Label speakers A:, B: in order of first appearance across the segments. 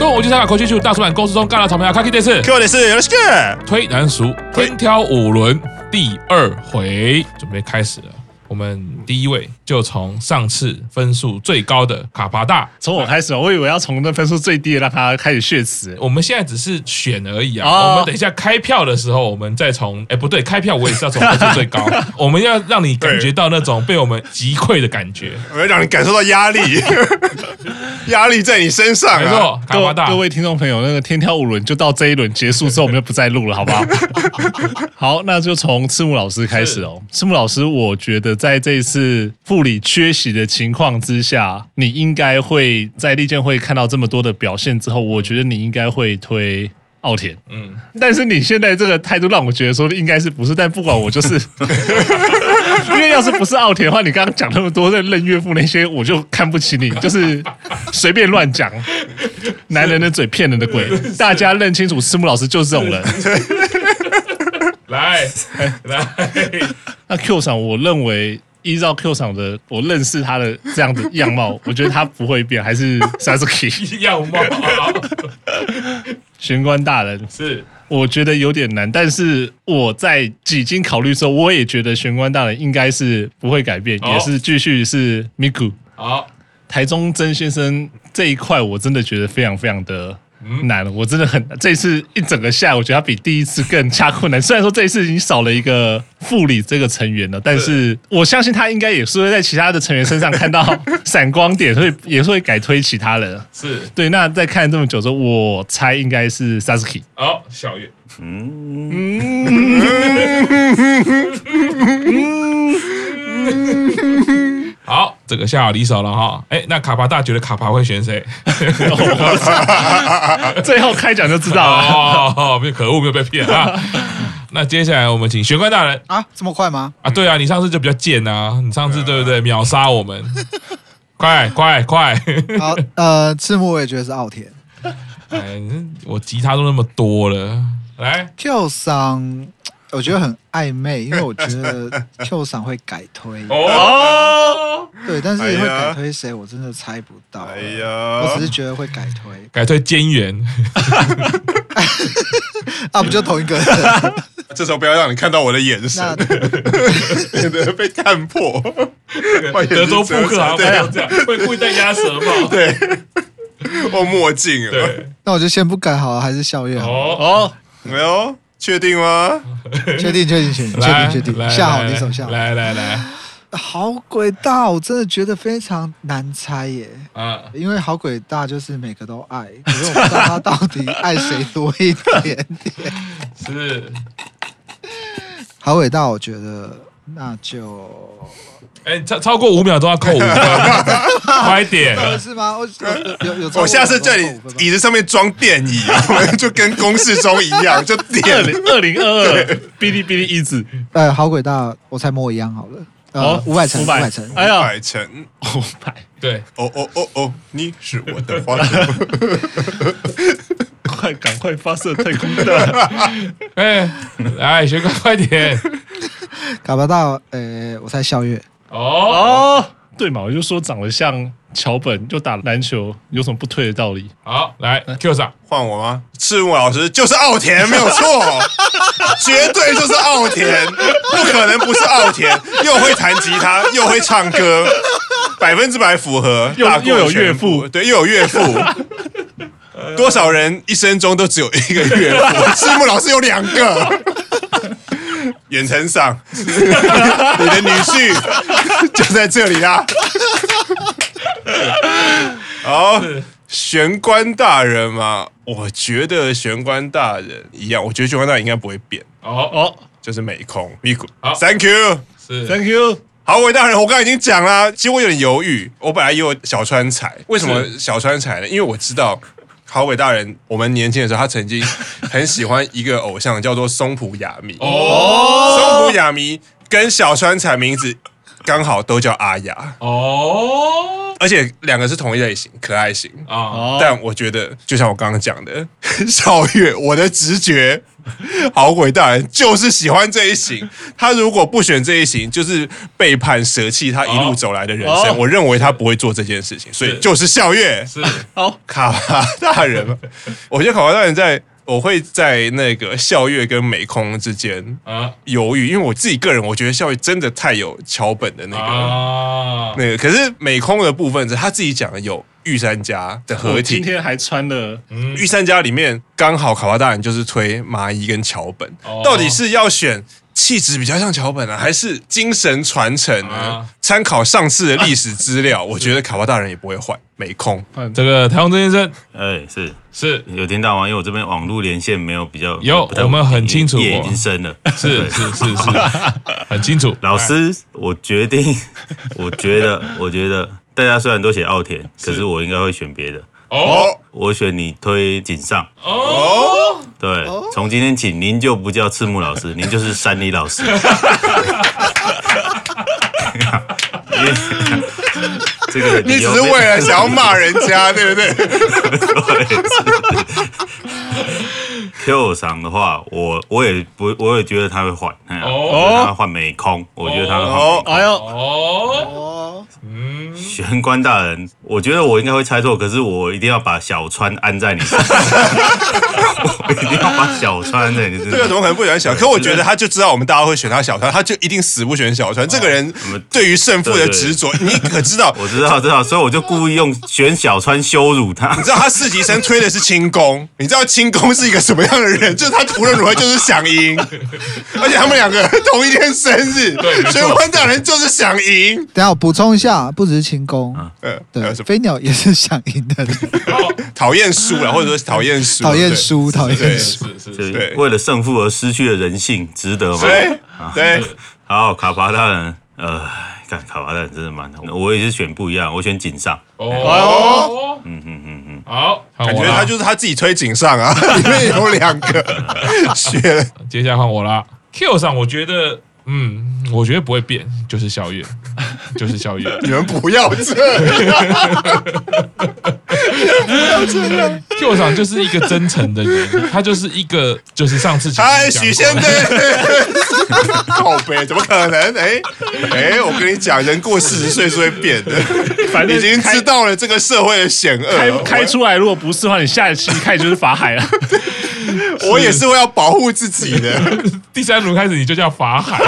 A: もおじさんが腰中大叔版公司中干了草莓啊，开启这次
B: Q 的是有 s 个
A: 推难俗
B: 推
A: 天挑五轮第二回，准备开始了。我们第一位就从上次分数最高的卡帕大，
C: 从我开始，哦我以为要从那分数最低的让他开始血池。
A: 我们现在只是选而已啊。
C: 哦
A: 我们等一下开票的时候，我们再从哎不对，开票我也是要从分数最 高，我们要让你感觉到那种被我们击溃的感觉。
B: 我要让你感受到压力，压力在你身上
A: 没
B: 啊！
A: 错，卡
C: 各
A: 帕
C: 位
A: 大
C: 各。位听众朋友，那个天挑五轮就到这一轮结束之后，我们就不再录了，好不好？好，那就从赤木老师开始哦。赤木老师，我觉得在这一次副理缺席的情况之下，你应该会在利剑会看到这么多的表现之后，我觉得你应该会推奥田。
A: 嗯，
C: 但是你现在这个态度让我觉得说应该是不是，但不管我就是， 因为要是不是奥田的话，你刚刚讲那么多在认岳父那些，我就看不起你，就是随便乱讲，男人的嘴骗人的鬼，大家认清楚，赤木老师就是这种人。
A: 来来，
C: 那 Q 赏，我认为依照 Q 赏的我认识他的这样的样貌，我觉得他不会变，还是 Sasuke
A: 样貌
C: 玄关大人，
A: 是
C: 我觉得有点难。但是我在几经考虑之后，我也觉得玄关大人应该是不会改变，
A: 哦
C: 也是继续是 Miku
A: 好，
C: 台中曾先生这一块，我真的觉得非常非常的。难，我真的很这次一整个下，我觉得他比第一次更加困难。虽然说这一次已经少了一个副理这个成员了，但是我相信他应该也是会在其他的成员身上看到 闪光点，所以也是会改推其他人。
A: 是
C: 对，那在看这么久之后，我猜应该是 Sasuke。
A: 好，小月好，这个下好离手了哈。哎，那卡帕大觉得卡帕会选谁？
C: 最后开奖就知 道了。
A: 哦，被可恶，没有被骗啊。那接下来我们请玄关大人
D: 啊，这么快吗？
A: 啊，对啊，你上次就比较贱啊，你上次对不对？秒杀我们，快快快！
D: 好，呃，赤木我也觉得是奥田
A: 哎，我吉他都那么多了，来，
D: Q 赏，我觉得很暧昧，因为我觉得 Q 赏会改 推，
A: 哦，
D: 对，但是
B: 哎呀
D: 会改推谁，我真的猜不到。
B: 哎
D: 我
B: 呀
D: 只是，觉得会改 推
A: 改推尖圆，
D: 啊，不就同一个？
B: 这时候不要让你看到我的眼
D: 那
B: 神， 免得被看破。 换眼
A: 德
B: 是
A: 州扑克好像
B: 折
A: 要
B: 折
A: 这样，会故意戴鸭舌帽。对
B: 对 对，哦，墨镜啊，
A: 对，
D: 那我就先不改好了，还是校月好？
A: 哦，
C: 哦，
B: 没有确定吗？
D: 确定，确定， 确定，确
A: 来
D: 定，确定，
A: 来
D: 下好
A: 来
D: 离手下好。
A: 来来来，
D: 好鬼大，我真的觉得非常难猜耶，
A: 啊，
D: 因为好鬼大就是每个都爱，可是我不知道他到底爱谁多一点。
A: 是，
D: 好伟大，我觉得那就
A: 哎，超超过五秒都要扣五分，快点，
D: 呃是吗？我有有有超过
B: 我哦下次
D: 五分
B: 叫
D: 吗
B: 你
D: 有超过五分吗
B: 椅子上面装电椅，啊我们就跟公式中一样，就
C: 二
B: 点
C: 零二零二二，哔哩哔哩一子，
D: 呃，好鬼大，我猜摸一样好了。呃
C: 哦，，
D: 五百层，五
C: 五
D: 百
C: 百
D: 层，
C: 哎呀，
B: 百成。
C: 五百，
A: 对，
B: 哦哦哦哦，你是我的花朵。
C: 快赶快发射太空弹！
A: 哎，来，学哥快点，
D: 卡巴大，呃，我猜校月，
A: 哦，
C: 哦，对嘛，我就说长得像桥本，就打篮球，有什么不推的道理？
A: 好，来
D: 嗯
A: Q 上，
B: 换我吗？赤木老师就是奥田，没有 错，绝对就是奥田，不可能不是奥田，又会弹吉他，又会唱歌，百分之百符合，
C: 又
B: 大过
C: 又有
B: 全
C: 岳父
B: 部对，又有 岳父。多少人一生中都只有一个岳 父？赤木老师有两个，远藤赏，你的女婿 就在这里啦。好，玄关大人嘛，我觉得玄关大人一样，我觉得玄关大人应该不会变，
A: 哦，
C: 哦
B: 就是美空咪咕
A: 好
B: ，Thank you。
A: 是，
C: ，Thank you，
B: 好，伟大人，我刚刚已经讲啦，其实我有点犹豫，我本来也有小川彩，为什么
A: 是
B: 小川彩呢？因为我知道。好伟大人，我们年轻的时候，他曾经很喜欢一个偶像，叫做松浦亚弥。
A: 哦，
B: 松浦亚弥跟小川彩名字刚好都叫阿雅，
A: 哦，
B: 而且两个是同一类型，可爱型。
A: 啊，
C: 哦，
B: 但我觉得，就像我刚刚讲的，少月，我的直觉 好伟大人，就是喜欢这一型。他如果不选这一型，就是背叛、舍弃他一路走来的人生。
C: 哦
B: 我认为他不会做这件事情，所以就是校月
A: 是
C: 好，
B: 卡巴大人嘛。我觉得卡巴大人在，我会在那个校月跟美空之间
A: 啊
B: 犹豫，因为我自己个人，我觉得校月真的太有桥本的那个。
A: 啊，
B: 那个可是美空的部分是他自己讲的，有御三家的合
C: 我今
B: 体。
C: 天还穿了
A: 嗯
B: 御三家里面刚好卡巴大人就是推麻衣跟桥本，
A: 哦
B: 到底是要选气质比较像桥本呢、还是精神传承呢
A: 啊？
B: 参考上次的历史资料，我觉得卡巴大人也不会换美空。
A: 这个台湾郑先生
E: 哎，是
A: 是
E: 有听到吗？因为我这边网络连线没有比较
A: 有
E: 不太
A: 我们很清楚
E: 夜已经深了。
A: 是
E: 对
A: 是是是，很清楚。
E: 老师，我决定，我觉得，我觉得大家虽然都写奥田，可是我应该会选别的。
A: 哦
E: 我选你推井上，
A: 哦，
E: 对，从今天起您就不叫赤木老师，您就是山里老师。 因为这个
B: 你
E: 理
B: 只
E: 由
B: 是
E: 非
B: 为了想要骂人家，对不 对？
E: Q 赏的话，我我也不，我也觉得他会换，哎呀
A: 哦
E: 我觉得他会换美空，我觉得他会换
B: 哦
E: 美空。
C: 哎呦，
A: 哦，
D: 哦，
A: 嗯，
E: 玄关大人，我觉得我应该会猜错，可是我一定要把小川安在你身 上，我一定要把小川安在你身
B: 这个怎
E: 上。
B: 么可能不喜欢小？可我觉得他就知道我们大家会选他小川，他就一定死不选小川。这个人对于胜负的执着，你可知道？
E: 我知道，知道，所以我就故意用选小川羞辱他
B: 你。知道他四级生推的是轻功，你知道轻功是一个什么样的人？就是他无论如何就是想 赢，而且他们两个同一天生日，
A: 没错
B: 所以关大人就是想赢。
D: 等一下我补充一下，不只是轻功，
B: 呃，还
D: 对
B: 有什，么
D: 飞鸟也是想赢 的人，
B: 讨厌输了，或者说是讨厌输，
D: 啊讨厌
B: 对。
D: 输，讨厌
B: 对
D: 输。
A: 是是，
E: 就是
B: 对
E: 为了胜负而失去的人性，值得吗？
B: 对
A: 啊
B: 对，
E: 好，卡巴大人，呃，看卡巴大人真的蛮，我也是选不一样，我选井上。
A: 哦，
E: 嗯嗯嗯嗯，
A: 好，
B: 感
A: 感
B: 觉他就是他自己推井上啊，里面有两个 选。
A: 接下来换我啦。Q 上，我觉得，嗯，我觉得不会变，就是小月， 就是小月。
B: 你们不要这样，
A: Q 上就是一个真诚的人，他就是一个，就是上次
B: 哎，
A: 讲过
B: 许先生，靠背，怎么可能？哎哎，我跟你讲，人过四十岁是会变的，
C: 反正
B: 已经知道了这个社会的险
C: 开
B: 恶。
C: 开出来，如果不是的话，你下一期一开始就是法海了。
B: 我也是会要保护自己的。
A: 第三轮开始你就叫法海。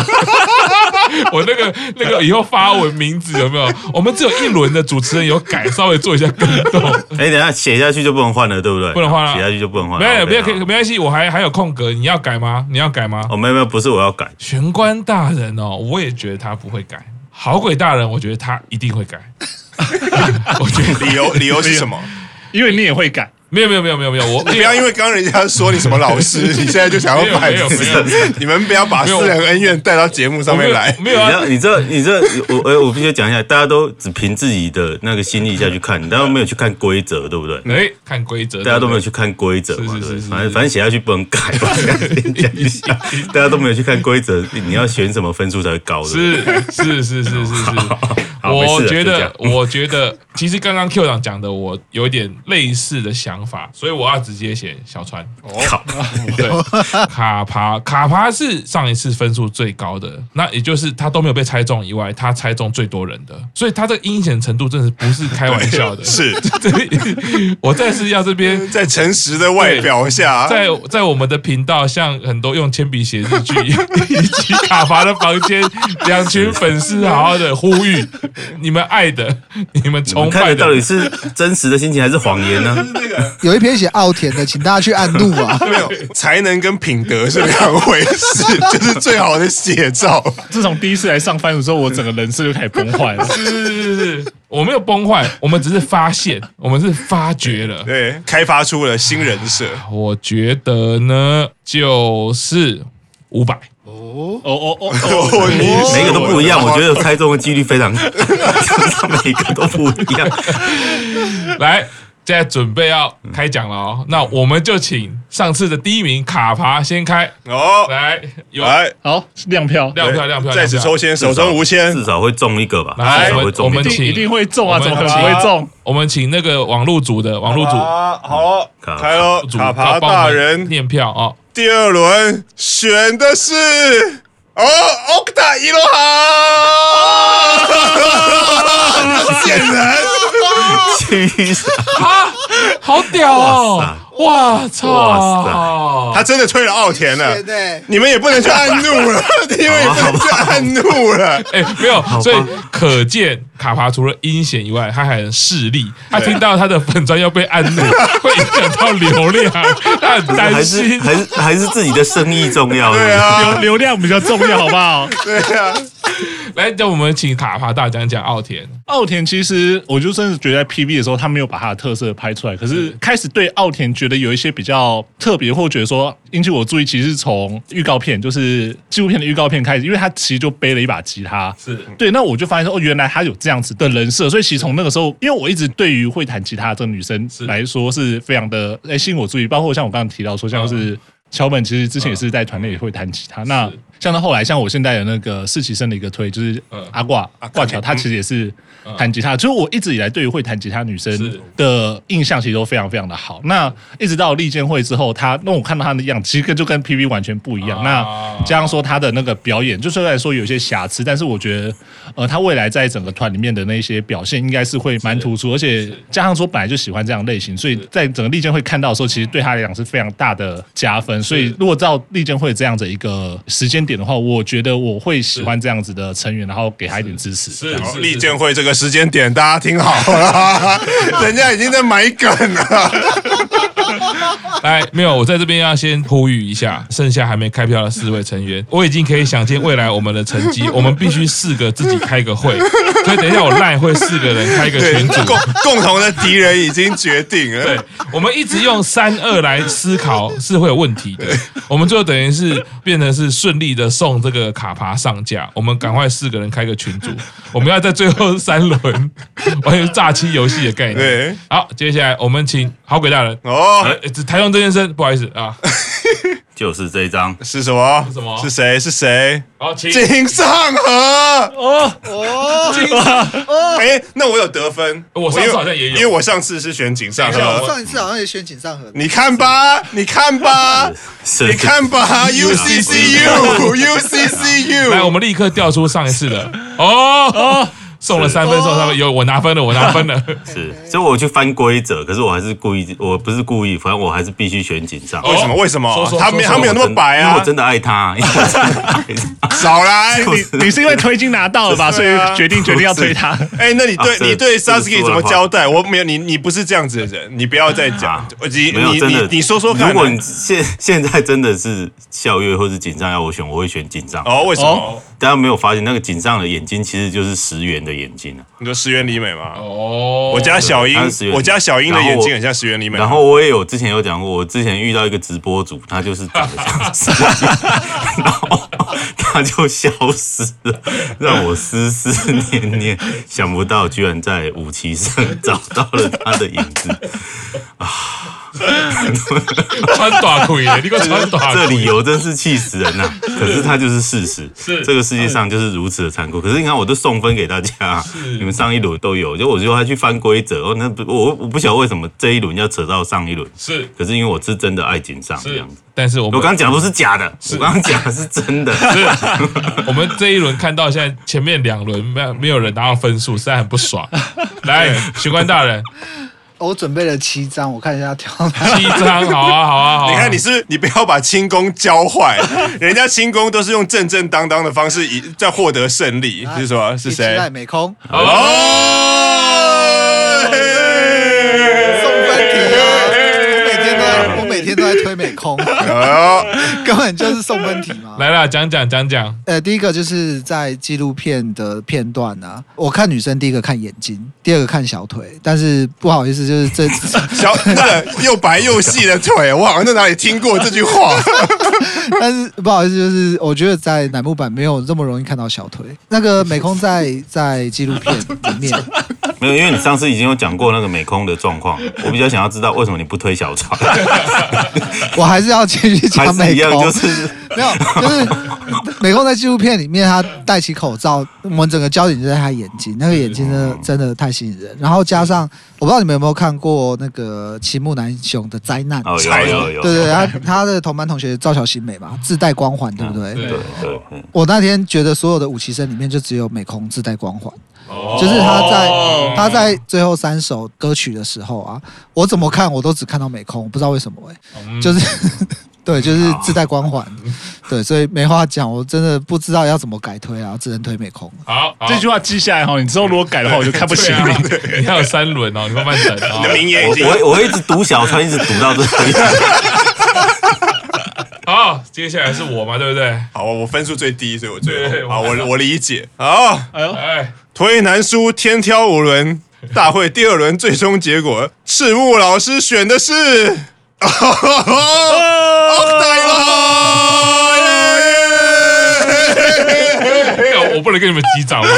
A: 我那个那个以后发文名字有没有？我们只有一轮的主持人有改，稍微做一下更动。
E: 哎，等一下写下去就不能换了，对不对？
A: 不能换了
E: 写下去就不能 换。
A: 没有，
E: OK，
A: 没有，可以，
E: 好
A: 没关系，我还还有空格，你要改吗？你要改吗？
E: 哦，没有没有，不是我要改，
A: 玄关大人哦，我也觉得他不会改。好鬼大人，我觉得他一定会改。 我觉得
B: 理由理由是什么？
C: 因为你也会改，
A: 没有没有没有没有没有，我
B: 不要因为刚刚人家说你什么老 师，你现在就想要反
A: 没有没有没
B: 制。你们不要把私人恩怨带到节目上
A: 我没
B: 面
A: 有
B: 来。
A: 没有
E: 你
A: 啊
E: 知道，你这你这我我我必须讲一下，大家都只凭自己的那个心意下去看，大家没有去看规则，对不对？
A: 哎，看规则，
E: 大家都没有
A: 对
E: 去看规则嘛，
A: 是是
E: 对不对
A: 是是
E: 反正反正写下去不能改嘛，这样子讲一下大家都没有去看规则，你要选什么分数才会高的？对不对
A: 不对是是是是是是。
E: 好没事了
A: 我觉
E: 就这
A: 得
E: 样，
A: 我觉得，其实刚刚 Q 长讲的，我有一点类似的想法，所以我要直接写小川。
E: 靠，
A: 对，卡帕卡帕是上一次分数最高的，那也就是他都没有被猜中以外，他猜中最多人的，所以他这个阴险程度真的是不是开 玩笑 的。
B: 是
A: 这里，我再次要这边。
B: 在诚实的外表
E: 啊
B: 下，
A: 在在我们的频道，像很多用铅笔写日 记以及卡伐的房间，两群粉丝好好的呼吁： 你们爱的，你们
E: 我
A: 崇
E: 们看
A: 拜
E: 的
A: 的
E: 到，底是真实的心情还是谎 言呢？
D: 有一篇写奥田的，请大家去按怒 啊！
B: 没有才能跟品德是两回 事，就是最好的写照。
C: 自从第一次来上番薯之后，我整个人设就开始崩坏了。
A: 是是是是，我没有崩坏，我们只是发现，我们是发掘了。
B: 对，开发出了新人设。
A: 我觉得呢，就是五百。
C: 哦哦哦哦，
B: 哦，你
E: 每一个都不一
A: 哦
E: 样，我觉得猜中的几率非常， 每一个都不一样。
A: 来，现在准备要开奖了哦。
E: 嗯
A: 那我们就请上次的第一名卡爬先开，
B: 得哦，
A: 来，有
B: 来
C: 好亮票，
A: 亮票亮票，
B: 在此
A: 亮票
B: 抽。签，手中无签
E: 至。少会中一个吧，
A: 来
E: 至少会中一
A: 我
E: 个
A: 们
C: 一定一定会中啊，
A: 请
C: 怎么可能不会中？
A: 我们请那个网路组的网路组
B: 啊，好，
E: 卡
B: 开喽！
A: 组
B: 卡爬大人
A: 念票哦。
B: 第二轮选的是哦，Okta 伊罗哈，贱人！
E: 七杀
A: 啊， 好屌哦！哇操！
E: 哇
B: 他真的退了奥田了
D: 天，呢？
B: 你们也不能去按怒了，你们也不能去按怒了。
A: 哎、没有，
E: 吧
A: 所以可见卡帕除了阴险以外，他还很势利。他听到他的粉砖要被按怒，会影响到流量，他很
E: 还
A: 担
E: 是
A: 心。
E: 还是还是自己的生意重要。
B: 对
C: 流
B: 啊，
C: 流量比较重要，好不好？
B: 对啊，
A: 来，叫我们请卡帕大讲讲奥田。
C: 奥田其实，我就甚至觉得在 PV 的时候，他没有把他的特色拍出来。可是开始对奥田觉得有一些比较特别，或觉得说引起我注意，其实是从预告片，就是纪录片的预告片开始，因为他其实就背了一把吉他。
A: 是
C: 对，那我就发现说，哦，原来他有这样子的人设。所以其实从那个时候，因为我一直对于会弹吉他的这个女生来说是非常的哎吸引我注意，包括像我刚刚提到说，像是桥本，其实之前也是在团内也会弹吉他。那
A: 嗯是
C: 像到后来，像我现在的那个实习生的一个推，就是
A: 嗯
C: 阿挂
B: 啊
C: 挂桥，他其实也是弹吉他。就是我一直以来对于会弹吉他女生
A: 是
C: 的印象，其实都非常非常的好。那一直到利剑会之后，她那我看到她的样子，其实跟就跟 PV 完全不一
A: 啊
C: 样。那加上说她的那个表演，就虽然说有一些瑕疵，但是我觉得，呃，她未来在整个团里面的那些表现，应该是会蛮突出。而且加上说本来就喜欢这样类型，所以在整个利剑会看到的时候，其实对她来讲是非常大的加分。所以如果照利剑会这样子一个时间点的话，我觉得我会喜欢这样子的成员，然后给她一点支持。
A: 是
B: 好利剑会这个时间点，大家听好了，人家已经在埋梗了。
A: 来，没有，我在这边要先呼吁一下，剩下还没开票的四位成员，我已经可以想见未来我们的成绩。我们必须四个自己开个会，所以等一下我赖会四个人开一个
B: 对
A: 群，组。
B: 共共同的敌人已经决定
A: 对
B: 了。，
A: 我们一直用三二来思考是会有问题的。我们最后等于是变成是顺利的送这个卡牌上架，我们赶快四个人开个群组，我们要在最后三轮玩一个诈欺游戏的概念。
B: 对，
A: 好，接下来我们请好鬼大人。
B: 哦，
A: 呃，台中郑先生，不好意思啊，
E: 就是这一张，
B: 是什么？是
A: 什么
B: 是谁？是谁？
A: 好，请
B: 井上和。
E: 哦
A: 请
B: 哎，那我有得分，
A: 我上次好像也有
B: 因为我上次是选井上
A: 等一下我
B: 和。
D: 上一次好像也选井上和，
B: 你看吧，你看 吧，
E: 是
B: 你看 吧，UCCU，UCCU。
A: 来，我们立刻调出上一次的哦，送了三分，送了三分，有我拿分了，我拿分了，
E: 是，所以我去翻规则，可是我还是故意，我不是故意，反正我还是必须选井上。
A: 哦
B: 为什么？为什
A: 说
B: 么
A: 说？
B: 他没
A: 说说
B: 他没有那么白
E: 因为
B: 啊
E: 我！真的爱他， 因为我真的爱他。
B: 少 来，
E: 就
B: 你
E: 是
C: 你是因为推金拿到了吧，所以
B: 对啊
C: 决定决定要推她。
B: 哎，那你对
E: 啊这
B: 你对
E: 这个
B: Sasuke
E: 说
B: 怎
E: 的
B: 么
E: 话啊
B: 交代？我没有你，你不是这样子的人，你不要再讲。我你
E: 没有
B: 你
E: 真的
B: 你，你说说看啊。
E: 如果你现现在真的是校月或是井上要我选，我会选井上。
B: 哦，为什么
C: 哦？
E: 大家没有发现那个井上的眼睛其实就是石原的眼睛啊。
B: 你说石原里美吗？
A: 哦，
B: 我家小樱
E: 她是石原，里美
B: 我家小樱的
E: 然后
B: 眼睛
E: 我
B: 很像石原里美。
E: 然后我也有之前有讲过，我之前遇到一个直播主，他就是长得像石原，然后他就消失了，让我思思念念，想不到居然在武器上找到了他的影子。
A: 穿短裤耶，你给我穿短裤，
E: 这理由真是气死人呐、啊可是它就是事实，
A: 是
E: 这个世界上就是如此的残酷。可是你看，我都送分给大家，你们上一轮都有，就我就还去翻规则，哦，那不我我不晓得为什么这一轮要扯到上一轮，
A: 是
E: 可是因为我是真的爱井上这
A: 是
E: 样子。，
A: 但是我
E: 我
A: 们
E: 刚刚讲的不是假的，我刚刚讲 的是真的。
A: 我们这一轮看到现在前面两轮没有没有人拿到分数，实在很不 爽。来，玄关大人，
D: 我准备了七张，我看一下挑哪。
A: 第一张，好啊，好啊，好啊。
B: 你看，你是不是你不要把轻功教坏？ 人家轻功都是用正正当当的方式以在获得胜利，
D: 啊
B: 是什么？是谁？
D: 赖美空，
B: 哦，
D: 送分题啊！我每天都
E: 啊
D: 在，我每天都在推美 空，
B: 哦
D: 根本就是送分题嘛。
A: 来啦，讲讲讲讲，
D: 呃，第一个就是在纪录片的片段啊，我看女生第一个看眼睛，第二个看小腿，但是不好意思，就是 这
B: 小那个又白又细的腿，我好像在哪里听过这句话。
D: 但是不好意思，就是我觉得在 乃木坂没有这么容易看到小腿。那个美空在在纪录片里面，
E: 没有，因为你上次已经有讲过那个美空的状 况，我比较想要知道为什么你不推小 抄，
D: 我还是要继续
E: 还
D: 讲
E: 是一
D: 美
E: 样
D: 空，
E: 就是
D: 没有，就是美空在纪录片里面，他戴起口罩，我们整个焦点就在他眼睛，那个眼睛真的真的太吸引人。然后加上，我不知道你们有没有看过那个齐木楠雄的灾难，
E: 哦，有有有，
D: 对对，他他的同班同学赵小新美嘛，自带光环，对不对？
A: 对
E: 对对嗯
D: 我那天觉得所有的武棋生里面，就只有美空自带光环。
A: 哦
D: 就是他在、他在最后三首歌曲的时候啊，我怎么看我都只看到美空，我不知道为什么哎、
A: 嗯
D: 就是 对，就是自带光环，对，所以没话讲，我真的不知道要怎么改推啊，只能推美空。
A: 好，好
C: 这句话记下来哈，你之后如果改的话，我就看不起
A: 对
C: 你。
A: 啊你还有三轮哦，你慢慢等
B: 你的
A: 哦。
B: 名言已经
E: 我我我会一直读小川，一直读到这里。
A: 好，接下来是我嘛，对不对？
B: 好，我分数最低，所以我最
A: 对
B: 后好，我我理解。好，
C: 哎呦，
A: 哎，
B: 推难书天挑五轮大会第二轮最终结果，赤木老师选的是。 奥黛罗耶
A: 我不能跟你们击掌了。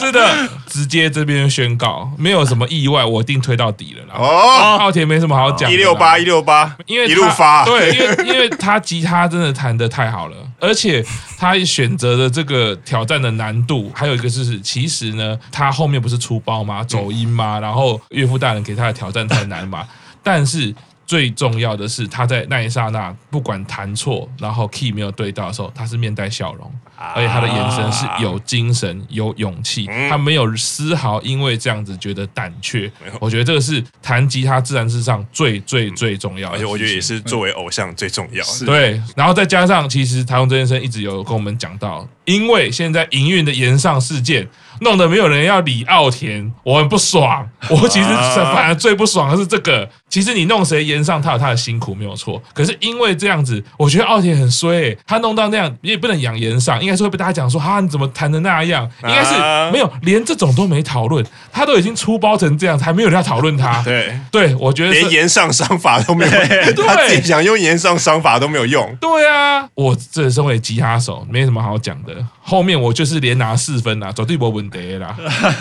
A: 是的，直接这边宣告，没有什么意外，我一定推到底了啦。
B: 哦，
A: 奥田没什么好讲，
B: 一六八一。六八，
A: 因为他
B: 一路发，
A: 对，因为因为他吉他真的弹得太好了，而且他选择的这个挑战的难度，还有一个就是，其实呢，他后面不是出包吗？走音吗？然后岳父大人给他的挑战太难嘛，但是。最重要的是，他在那一刹那，不管弹错，然后 key 没有对到的时候，他是面带笑容，而且他的眼神是有精神、有勇气，
B: 嗯
A: 他没有丝毫因为这样子觉得胆怯。我觉得这个是弹吉他自然是上最最最重要的
B: 而
A: 事
B: 且
A: 情，
B: 哎我觉得也是作为偶像最重要的。
A: 对，然后再加上，其实台湾真先生一直有跟我们讲到，因为现在营运的延上事件，弄得没有人要理奥田，我很不爽。 我其实
B: 啊
A: 反而最不爽的是这个。其实你弄谁延上，他有他的辛苦，没有错。可是因为这样子，我觉得奥田很衰、欸，他弄到那样也不能养延上，应该是会被大家讲说哈，你怎么谈的那样？应该是
B: 啊
A: 没有，连这种都没讨论，他都已经出包成这样，还没有人要讨论他。
B: 对，
A: 对，我觉得是
B: 连言上伤法都 没有，他自己想用言上伤法都没有用。
A: 对啊，我这身为吉他手，没什么好讲的。后面我就是连拿四分啊啦，绝对不稳得 啦。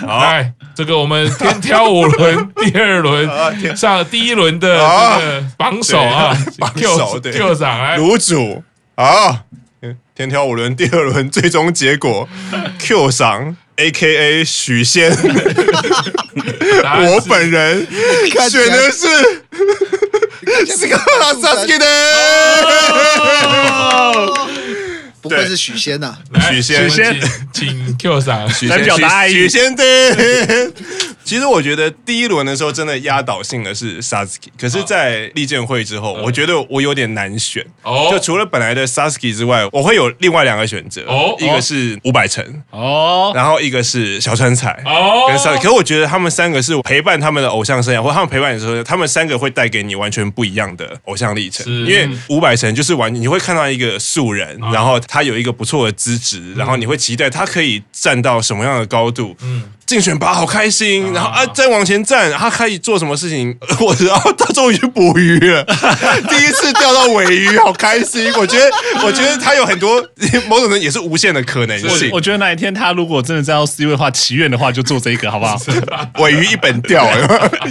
A: 来，这个我们天挑五轮，第二
B: 啊天
A: 轮上第一轮的
B: 啊
A: 这个榜首啊
B: 对，榜
A: 右
B: 首对
A: 右掌来，
B: 卤煮啊，天挑五轮第二轮最终结果，Q 赏 A K A 许仙，
A: 答案
B: 我
A: 是
B: 本人
D: 看起
B: 选
D: 来
B: 的是 s 个 a s u 哦的。
D: 不
B: 对
D: 愧是许仙呐、啊
A: 来
B: 许仙
A: 我们请哎请 Q 上
B: 许
C: 来表达爱意
B: 许仙对。 其实我觉得第一轮的时候，真的压倒性的是 Sasuke，可是，在利剑会之后，我觉得我有点难选。
A: 哦
B: 就除了本来的 Sasuke 之外，我会有另外两个选择
A: 哦，
B: 一个是五百城，
C: 哦，
B: 然后一个是小川彩。
A: 哦
B: 跟三，可是我觉得他们三个是陪伴他们的偶像生涯，或他们陪伴你的时候，他们三个会带给你完全不一样的偶像历程。
A: 是
B: 因为伍佰成就是完，你会看到一个素人，然后他有一个不错的资质，然后你会期待他可以站到什么样的高度。嗯。竞选吧，好开心！然后啊，再往前站，他可以做什么事情？ 我然后他终于去捕鱼了， 第一次钓到尾鱼，好开心！我觉得，我觉得他有很多某种人也是无限的可能性
C: 我。我觉得哪一天他如果真的站到 C 位的话，祈愿的话就做这一个好不好？
B: 尾鱼一本钓，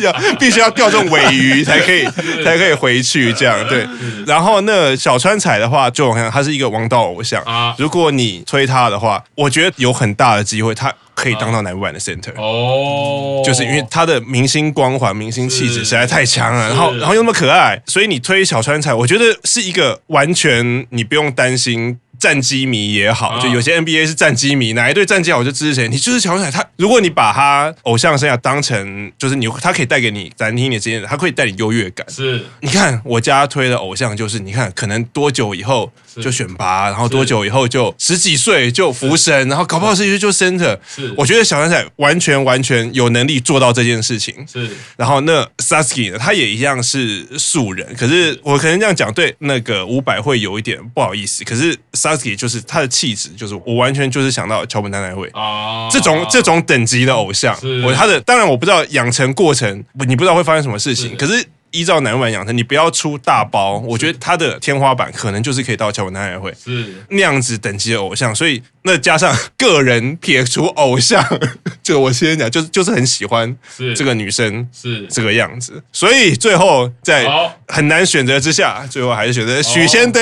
B: 要必须要钓中尾鱼才可以才可以回去这样对。然后那小川彩的话，就我看他是一个王道偶像
A: 啊
B: 如果你推他的话，我觉得有很大的机会他可以当到南版的 center。
A: 哦，
B: 就是因为他的明星光环、明星气质
A: 是
B: 实在太强了，然后然后又那么可爱，所以你推小川彩，我觉得是一个完全你不用担心。战绩迷也好，
A: 啊
B: 就有些 NBA 是战绩迷，哪一队战绩好我就支持谁。你就是小川彩，他如果你把他偶像生涯当成就是你，他可以带给你咱听一点经验，他可以带你优越感。
A: 是
B: 你看我家推的偶像就是，你看可能多久以后就选拔，然后多久以后就十几岁就福神，然后搞不好是就就 center。
A: 是
B: 我觉得小山仔完全完全有能力做到这件事情。
A: 是
B: 然后那 Sasuke 呢，他也一样是素人，可是我可能这样讲对那个伍佰会有一点不好意思，可是 Sasuke 就是他的气质，就是我完全就是想到桥本奈奈会。
A: 啊，
B: 这种这种等级的偶像
A: 是，
B: 我他的当然我不知道养成过程，你不知道会发生什么事
A: 是
B: 情，可是依照南湾养成，你不要出大包，我觉得他的天花板可能就是可以到乔本男孩会
A: 是
B: 那样子等级的偶像，所以那加上个人撇除偶像， 就我先讲，就是就是很喜欢
A: 是
B: 这个女生
A: 是
B: 这个样子，所以最后在
A: 好
B: 很难选择之下，最后还是选择许仙的，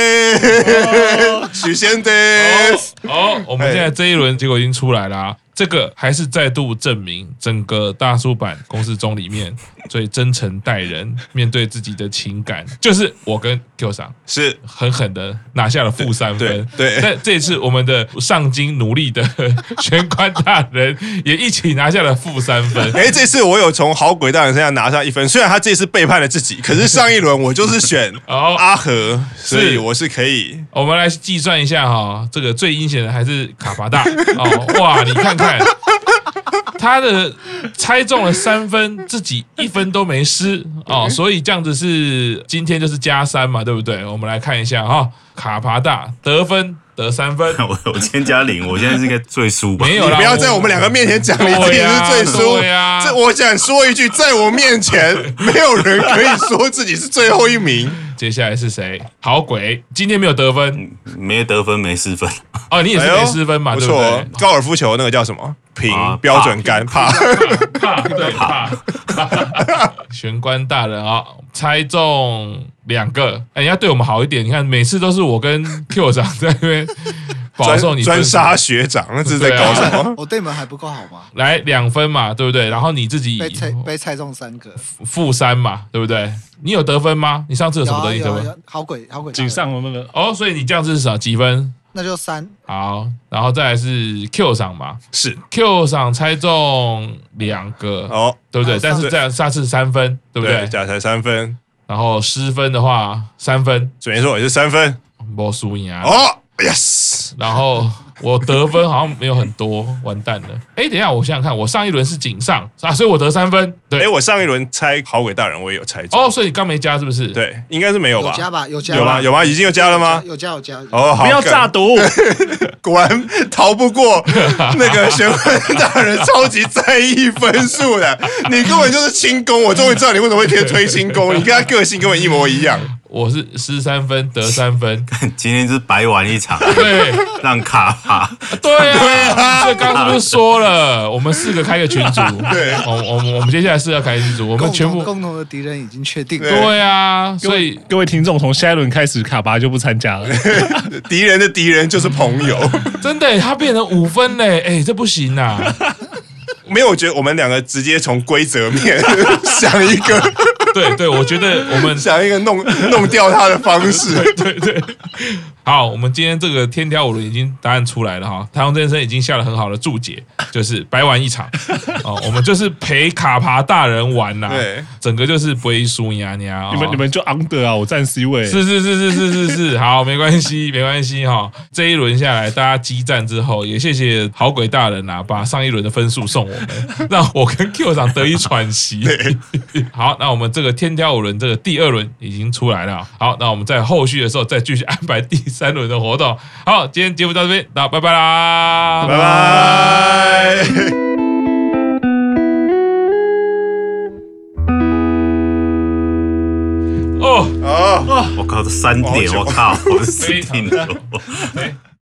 B: 许仙的，
A: 哦，我们现在这一轮结果已经出来啦、这个还是再度证明整个大叔版公式中里面最真诚待人，面对自己的情感，就是我跟 Q 上
B: 是
A: 狠狠的拿下了负三分。
B: 对对
A: 但这一次我们的上京努力的 玄关大人也一起拿下了负三 分。
B: 哎，这次我有从好鬼大人身上拿下一分，虽然他这次背叛了自己，可是上一轮我就是 选
A: 好
B: 阿和，所以我哦是可以。
A: 哦我们来计算一下哈、这个最阴险的还是卡巴大哦，哇，你看看他的猜中了三分，自己一分都没失
B: 嗯
A: 哦，所以这样子是今天就是加三嘛，对不对？我们来看一下哈、卡巴大得分得三分，
E: 我我先加零，我现在是应该最输吧？
A: 没有啦，
B: 不要 在我们两个面前讲你自
A: 对
B: 己
A: 呀
B: 是最输
A: 对呀。
B: 这我想说一句，在我面前没有人可以说自己是最后一名。
A: 接下来是谁？好鬼，今天没有得分
B: 嗯
E: 没得分，没失分，
A: 哦，你也是没失分嘛，
B: 哎不
A: 对不
B: 错
A: 对
B: 哦？，高尔夫球那个叫什么？平
E: 啊
B: 标准杆帕，
A: 怕对怕， 玄关大人啊、猜中两个，哎、你要对我们好一点。你看，每次都是我跟 Q 长在那边保送
B: 专
A: 你
B: 专
A: 分数啊
B: 杀学长，那是在搞 什么？
D: 哦我对你们还不够好吗？
A: 来两分嘛，对不对？然后你自己
D: 被猜被猜中三个，
A: 负三嘛，对不对？你有得分吗？你上次有什
D: 有
A: 么
D: 啊
A: 得意得
D: 有啊有
A: 分？
D: 啊，好鬼好鬼，
C: 井上的那个
A: 哦，所以你这样子是少几分？
D: 那就三，
A: 好，然后再来是 Q 赏嘛
B: 是
A: ，Q 赏猜中两个，
B: 哦，
A: 对不对？
D: 哦
A: 但是
B: 上
A: 这样下次三分，对不对
B: 对，？假才三分，
A: 然后失分的话三分，
B: 准确说也是三分
A: 没输赢啊。
B: 哦，yes，
A: 然后我得分好像没有很多，完蛋了。哎，等一下，我想想看，我上一轮是井上啊，所以我得三分。对，
B: 哎，我上一轮猜好鬼大人，我也有猜中，
A: 哦，所以你刚没加是不是？，
B: 对，应该是没有
D: 有
B: 吧？
D: 加吧？有加
B: 有吗？有吗？已经有加了吗？
D: 有加有加有加，
B: 哦，好，
C: 不要
B: 梗
C: 炸毒，
B: 果然逃不过那个玄关大人超级在意分数的，你根本就是轻功。我终于知道你为什么会贴推轻功，你跟他个性根本一模一样。
A: 我是失三分得三分。
E: 今天是白玩一场，
A: 对
E: 让卡帕
A: 对啊，所以刚刚是不是说了，我们四个开个群组？对，我我们我们接下来是要开群组，我们
D: 共
A: 全
D: 同
A: 部
D: 共同的敌人已经确定了，
A: 对啊，所以
C: 各位听众从下一轮开始，卡巴就不参加了。
B: 敌人的敌人就是朋友。
A: 真的他变成五分嘞，哎，这不行呐。
B: 没有，我觉得我们两个直接从规则面 想一个
A: 对对，我觉得我们
B: 想一个弄弄掉他的方 式。
A: 对对。好，我们今天这个天条五轮已经答案出来了哈，台湾先生已经下了很好的注解，就是白玩一场哦，我们就是陪卡爬大人玩呐、
B: 对
A: 整个就是不会输呀呀。哦
C: 你们你们就 under 啊，我站 C 位。
A: 是是是是是是是，好，没关系，没关系哈、 这一轮下来，大家激战之后，也谢谢好鬼大人啊，把上一轮的分数送我们， 让我跟 Q 长得以喘息。 好，那我们这个天挑五轮这个第二轮已经出来了。好，那我们在后续的时候再继续安排第三轮的活动。好，今天节目到这边，那拜拜啦，
B: 拜拜。
A: 哦。
B: 哦，
E: 我靠，这三
B: 好
E: 点，
B: 久
A: 哦
E: 我靠，我是定了。
A: 哎